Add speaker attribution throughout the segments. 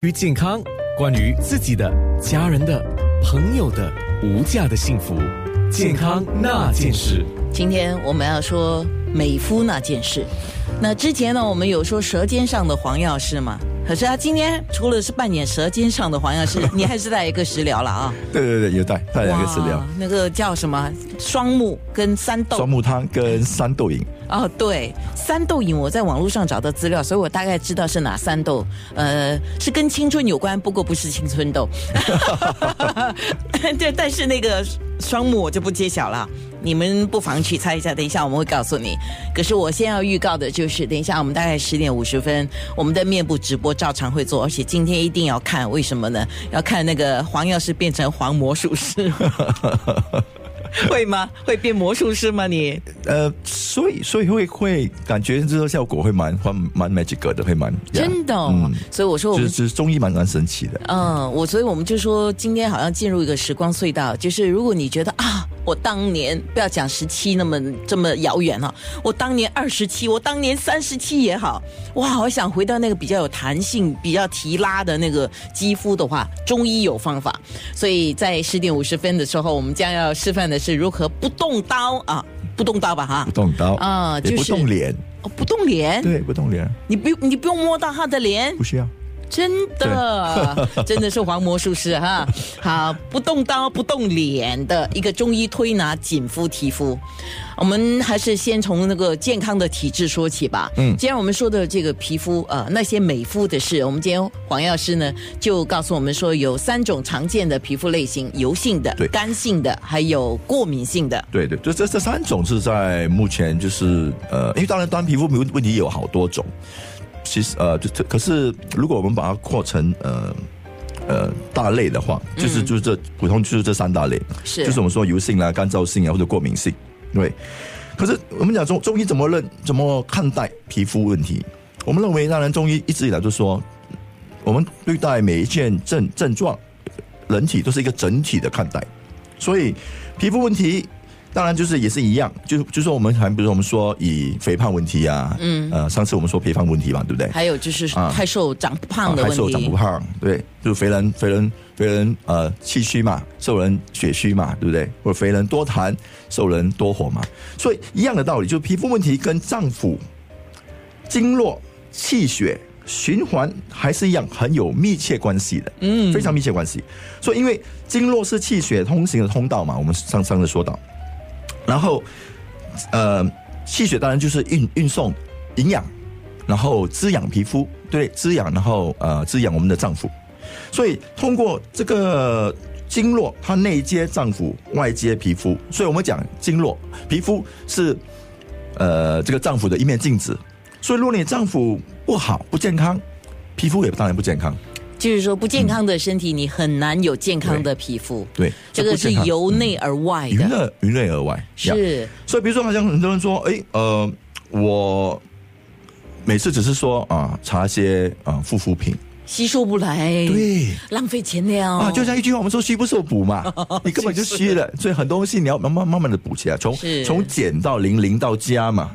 Speaker 1: 关于健康，关于自己的、家人的、朋友的无价的幸福，健康那件事。
Speaker 2: 今天我们要说美肤那件事。那之前呢，我们有说《舌尖上的黄药师》嘛，可是他啊今天除了是扮演《舌尖上的黄药师》，你还是带一个食疗了啊？
Speaker 3: 对对对，有带 带两个食疗
Speaker 2: 哇，那个叫什么双目跟三豆
Speaker 3: 双木汤跟三豆饮。
Speaker 2: 哦，对，三豆饮我在网络上找到资料，所以我大概知道是哪三豆。呃，是跟青春有关，不过不是青春痘。 对，但是那个双目我就不揭晓了。你们不妨去猜一下，等一下我们会告诉你。可是我先要预告的就是，等一下我们大概十点五十分，我们的面部直播照常会做，而且今天一定要看，为什么呢？要看那个黄药师变成黄魔术师， 会吗？会变魔术师吗你？
Speaker 3: 呃，所以所以会会感觉这个效果会蛮蛮蛮 magic 的，会蛮
Speaker 2: 真的、哦，所以我说
Speaker 3: 嗯
Speaker 2: 我
Speaker 3: 就
Speaker 2: 们
Speaker 3: 是就是中医蛮蛮神奇的。
Speaker 2: 嗯，我所以我们就说，今天好像进入一个时光隧道，就是如果你觉得啊，我当年不要讲十七那么这么遥远哈、我当年二十七，我当年三十七也好，哇，我想回到那个比较有弹性、比较提拉的那个肌肤的话，中医有方法。所以在十点五十分的时候，我们将要示范的是如何不动刀啊，不动刀吧哈
Speaker 3: 不，动刀
Speaker 2: 啊
Speaker 3: 也
Speaker 2: 就
Speaker 3: 不
Speaker 2: 是
Speaker 3: 动脸，
Speaker 2: 哦，不动脸，
Speaker 3: 对，不动脸，
Speaker 2: 你不用你不用摸到他的脸
Speaker 3: 不，需要。
Speaker 2: 真的， 真的是黄魔术师哈。好，不动刀不动脸的一个中医推拿紧肤提肤。我们还是先从那个健康的体质说起吧。嗯，既然我们说的这个皮肤呃那些美肤的事，我们今天黄药师呢就告诉我们说有三种常见的皮肤类型：油性的
Speaker 3: 对、
Speaker 2: 干性的，还有过敏性的。
Speaker 3: 对对，就这这三种是在目前就是呃，因为当然单皮肤问问题有好多种，其实呃，就可是如果我们把它扩成呃呃大类的话，
Speaker 2: 嗯
Speaker 3: 就是就是这普通就是这三大类，
Speaker 2: 是
Speaker 3: 就是我们说油性啊、干燥性啊或者过敏性，对。可是我们讲中中医怎么认怎么看待皮肤问题？我们认为，当然中医一直以来就说，我们对待每一件症症状，人体都是一个整体的看待，所以皮肤问题。当然，就是也是一样，就就说我们还比如说我们说以肥胖问题啊，嗯，呃，上次我们说肥胖问题嘛，对不对？
Speaker 2: 还有就是
Speaker 3: 啊
Speaker 2: 太瘦长不
Speaker 3: 啊
Speaker 2: 胖的
Speaker 3: 还
Speaker 2: 问
Speaker 3: 瘦长
Speaker 2: 题
Speaker 3: 不，胖，对，就是肥人肥人肥人呃气虚嘛，瘦人血虚嘛，对不对？或者肥人多痰，瘦人多火嘛。所以一样的道理，就是皮肤问题跟脏腑、经络、气血循环还是一样很有密切关系的，嗯，非常密切关系。所以因为经络是气血通行的通道嘛，我们上上次说到，然后呃，气血当然就是运运送营养，然后滋养皮肤，对，滋养，然后呃，滋养我们的脏腑。所以通过这个经络，它内接脏腑，外接皮肤。所以我们讲经络，皮肤是呃这个脏腑的一面镜子。所以如果你脏腑不好、不健康，皮肤也当然不健康。
Speaker 2: 就是说不健康的身体，你很难有健康的皮肤。
Speaker 3: 嗯对，
Speaker 2: 这个是
Speaker 3: 不健康
Speaker 2: 由内而外
Speaker 3: 由
Speaker 2: 的，
Speaker 3: 内由内而外。呀
Speaker 2: 是
Speaker 3: 所以，比如说，好像很多人说，诶，呃，我每次只是说啊、查一些啊、护肤品，
Speaker 2: 吸收不来，
Speaker 3: 对
Speaker 2: 浪费钱了
Speaker 3: 啊，就像一句话，我们说虚不受补嘛，你根本就虚了，所以很多东西你要慢慢慢慢的补起来，从
Speaker 2: 是
Speaker 3: 从减到零，零到加嘛，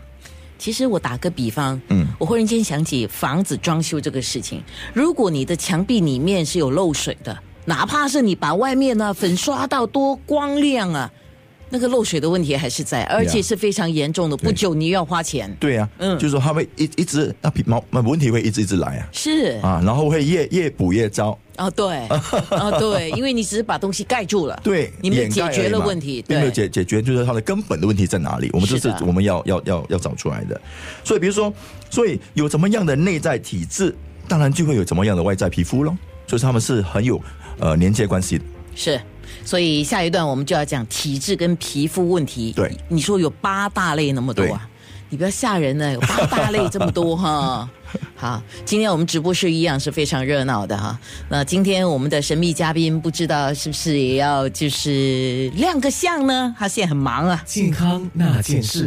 Speaker 2: 其实我打个比方，嗯
Speaker 3: 嗯，
Speaker 2: 我忽然间想起房子装修这个事情，如果你的墙壁里面是有漏水的，哪怕是你把外面呢、啊粉刷到多光亮啊，那个漏水的问题还是在，而且是非常严重的，不久你又要花钱。
Speaker 3: 对啊，
Speaker 2: 嗯
Speaker 3: 就是说它会一一直那皮毛那问题会一直一直来啊
Speaker 2: 是
Speaker 3: 啊，然后会越越补越糟，
Speaker 2: 哦，对，哦对，因为你只是把东西盖住了，
Speaker 3: 对，
Speaker 2: 你没有
Speaker 3: 掩盖
Speaker 2: 解决
Speaker 3: 而已
Speaker 2: 了
Speaker 3: 嘛
Speaker 2: 问题，
Speaker 3: 并没有
Speaker 2: 对，
Speaker 3: 解解决，就是它的根本的问题在哪里？我们这
Speaker 2: 是
Speaker 3: 是
Speaker 2: 的
Speaker 3: 我们要要要要找出来的。所以，比如说，所以有怎么样的内在体质，当然就会有怎么样的外在皮肤咯。所以他们是很有呃连接关系的。
Speaker 2: 是。所以下一段我们就要讲体质跟皮肤问题。
Speaker 3: 对
Speaker 2: 你说有八大类那么多啊，你不要吓人呢，有八大类这么多哈。好，今天我们直播室一样是非常热闹的哈。那今天我们的神秘嘉宾不知道是不是也要就是亮个相呢？他现在很忙啊。
Speaker 1: 健康那件事。